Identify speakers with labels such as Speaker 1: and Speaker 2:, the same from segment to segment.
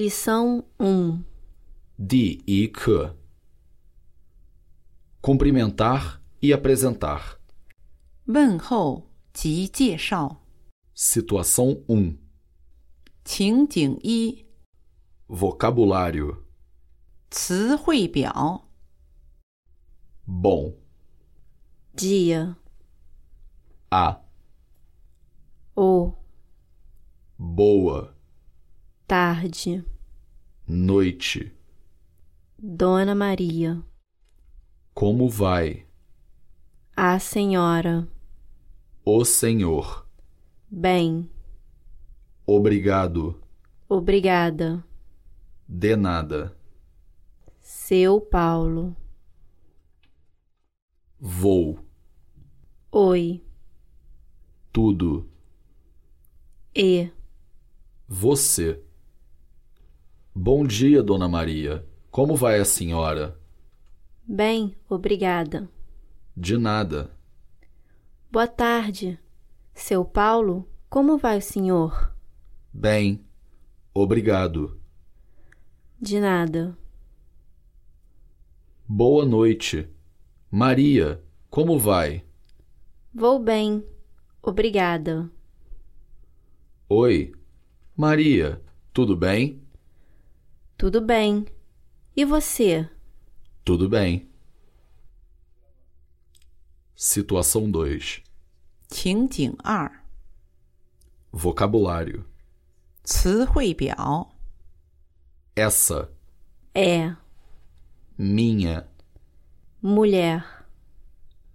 Speaker 1: Lição 1.
Speaker 2: 第一课：cumprimentar e apresentar.
Speaker 3: 问候及介绍。
Speaker 2: Situação 1:
Speaker 3: 情景一：
Speaker 2: vocabulário.
Speaker 3: 词汇表。
Speaker 2: Bom,
Speaker 1: Dia.
Speaker 2: a,
Speaker 1: O.
Speaker 2: boa,
Speaker 1: Tarde.
Speaker 2: noite.
Speaker 1: Dona Maria.
Speaker 2: Como vai?
Speaker 1: A senhora.
Speaker 2: O senhor.
Speaker 1: Bem.
Speaker 2: Obrigado.
Speaker 1: Obrigada.
Speaker 2: De nada.
Speaker 1: Seu Paulo.
Speaker 2: Vou.
Speaker 1: Oi.
Speaker 2: Tudo.
Speaker 1: E.
Speaker 2: Você. Bom dia, Dona Maria. Como vai a senhora?
Speaker 1: Bem, obrigada.
Speaker 2: De nada.
Speaker 1: Boa tarde. Seu Paulo, como vai o senhor?
Speaker 2: Bem. Obrigado.
Speaker 1: De nada.
Speaker 2: Boa noite. Maria, como vai?
Speaker 1: Vou bem. Obrigada.
Speaker 2: Oi. Maria, tudo bem?
Speaker 1: Tudo bem. E você?
Speaker 2: Tudo bem. Situação 2.
Speaker 3: 情景二：
Speaker 2: Vocabulário.
Speaker 3: 词汇表。
Speaker 2: Essa,
Speaker 1: É.
Speaker 2: minha,
Speaker 1: Mulher.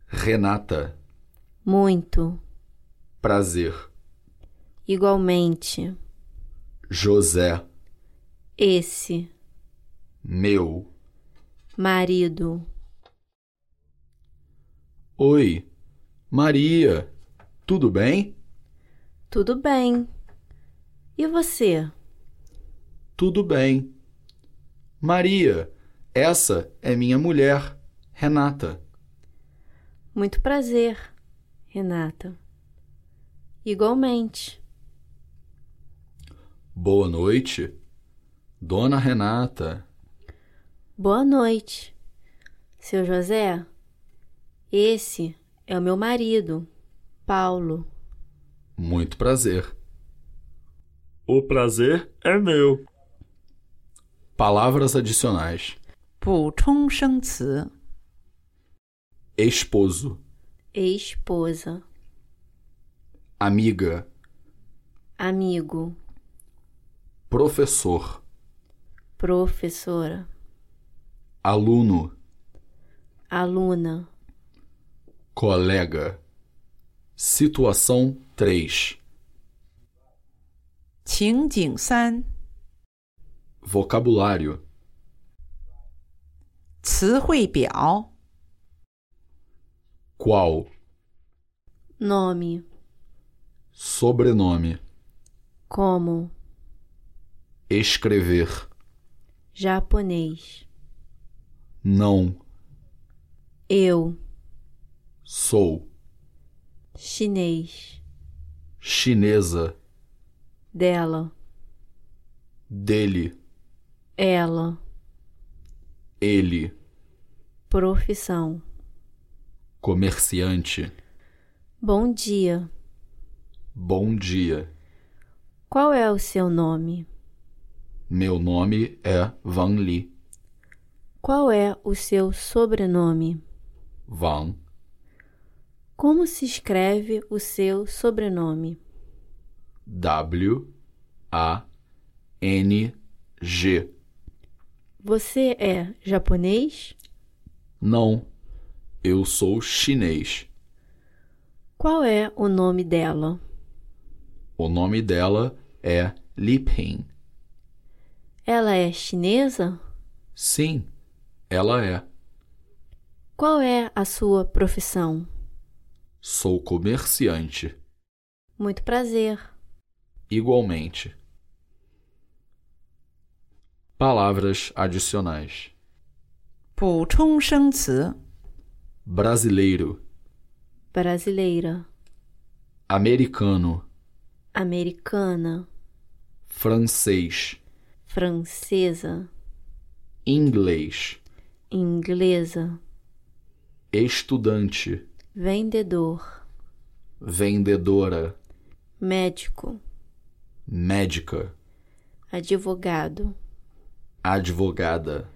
Speaker 2: Renata,
Speaker 1: Muito.
Speaker 2: prazer,
Speaker 1: Igualmente.
Speaker 2: José,
Speaker 1: Esse.
Speaker 2: meu.
Speaker 1: Marido.
Speaker 2: Oi. Maria, tudo bem?
Speaker 1: Tudo bem. E você?
Speaker 2: Tudo bem. Maria, essa é minha mulher, Renata.
Speaker 1: Muito prazer, Renata. Igualmente.
Speaker 2: Boa noite. Dona Renata,
Speaker 1: Boa noite. Seu José, esse é o meu marido, Paulo.
Speaker 2: muito prazer.
Speaker 4: O prazer é meu.
Speaker 2: Palavras adicionais:
Speaker 3: 补充生词：
Speaker 2: esposo,
Speaker 1: Esposa.
Speaker 2: amiga,
Speaker 1: Amigo.
Speaker 2: professor,
Speaker 1: Professora.
Speaker 2: aluno,
Speaker 1: Aluna.
Speaker 2: colega. Situação 3.
Speaker 3: 情景三：
Speaker 2: Vocabulário:
Speaker 3: 词汇表。
Speaker 2: qual,
Speaker 1: Nome.
Speaker 2: sobrenome,
Speaker 1: Como.
Speaker 2: escrever,
Speaker 1: Japonês.
Speaker 2: não,
Speaker 1: Eu.
Speaker 2: sou,
Speaker 1: Chinês.
Speaker 2: chinesa,
Speaker 1: Dela.
Speaker 2: dele,
Speaker 1: Ela.
Speaker 2: ele,
Speaker 1: Profissão.
Speaker 2: comerciante.
Speaker 1: Bom dia.
Speaker 2: Bom dia.
Speaker 1: Qual é o seu nome?
Speaker 2: Meu nome é Van Li.
Speaker 1: Qual é o seu sobrenome?
Speaker 2: Van,
Speaker 1: Como se escreve o seu sobrenome?
Speaker 2: W, A, N, G.
Speaker 1: Você é japonês?
Speaker 2: Não, eu sou chinês.
Speaker 1: Qual é o nome dela?
Speaker 2: O nome dela é Li Ping.
Speaker 1: Ela é chinesa?
Speaker 2: Sim, ela é.
Speaker 1: Qual é a sua profissão?
Speaker 2: Sou comerciante.
Speaker 1: Muito prazer.
Speaker 2: Igualmente. Palavras adicionais:
Speaker 3: 补充生词：
Speaker 2: brasileiro,
Speaker 1: Brasileira.
Speaker 2: americano,
Speaker 1: Americana.
Speaker 2: francês,
Speaker 1: francesa,
Speaker 2: inglês,
Speaker 1: inglesa,
Speaker 2: estudante,
Speaker 1: vendedor,
Speaker 2: vendedora,
Speaker 1: médico,
Speaker 2: médica,
Speaker 1: advogado,
Speaker 2: advogada,